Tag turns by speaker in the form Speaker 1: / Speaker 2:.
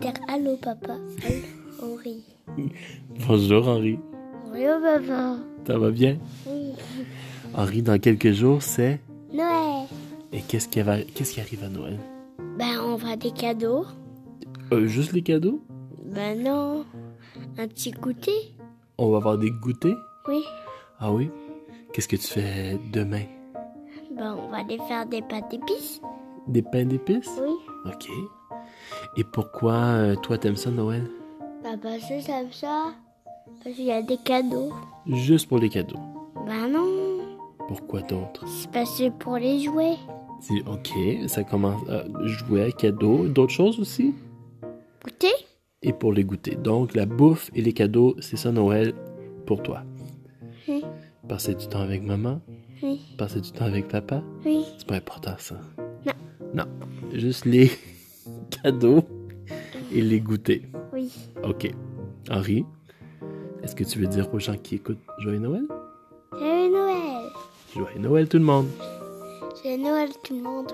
Speaker 1: dire allô papa. Allô Henri.
Speaker 2: Bonjour Henri,
Speaker 1: Bonjour papa.
Speaker 2: ça va bien?
Speaker 1: Oui.
Speaker 2: Henri, dans quelques jours, c'est...
Speaker 1: Noël.
Speaker 2: Et qu'est-ce qui, va- qu'est-ce qui arrive à Noël?
Speaker 1: Ben on va des cadeaux.
Speaker 2: Euh, juste les cadeaux?
Speaker 1: Ben non. Un petit goûter.
Speaker 2: On va avoir des goûters?
Speaker 1: Oui.
Speaker 2: Ah oui? Qu'est-ce que tu fais demain?
Speaker 1: Ben on va aller faire des pâtes épices.
Speaker 2: Des pains d'épices?
Speaker 1: Oui.
Speaker 2: Ok. Et pourquoi euh, toi t'aimes ça Noël?
Speaker 1: Papa c'est comme ça. Parce qu'il y a des cadeaux.
Speaker 2: Juste pour les cadeaux.
Speaker 1: Ben non.
Speaker 2: Pourquoi d'autres?
Speaker 1: C'est parce que c'est pour les jouets.
Speaker 2: C'est ok, ça commence à jouer, cadeaux, d'autres choses aussi?
Speaker 1: Goûter.
Speaker 2: Et pour les goûters. Donc la bouffe et les cadeaux, c'est ça Noël pour toi.
Speaker 1: Oui.
Speaker 2: Passer du temps avec maman,
Speaker 1: Oui.
Speaker 2: passer du temps avec papa.
Speaker 1: Oui.
Speaker 2: C'est pas important ça.
Speaker 1: Non.
Speaker 2: Non. Juste les cadeaux et les goûter.
Speaker 1: Oui.
Speaker 2: Ok. Henri, est-ce que tu veux dire aux gens qui écoutent Joyeux Noël?
Speaker 1: Joyeux Noël.
Speaker 2: Joyeux Noël tout le monde!
Speaker 1: Joyeux Noël tout le monde.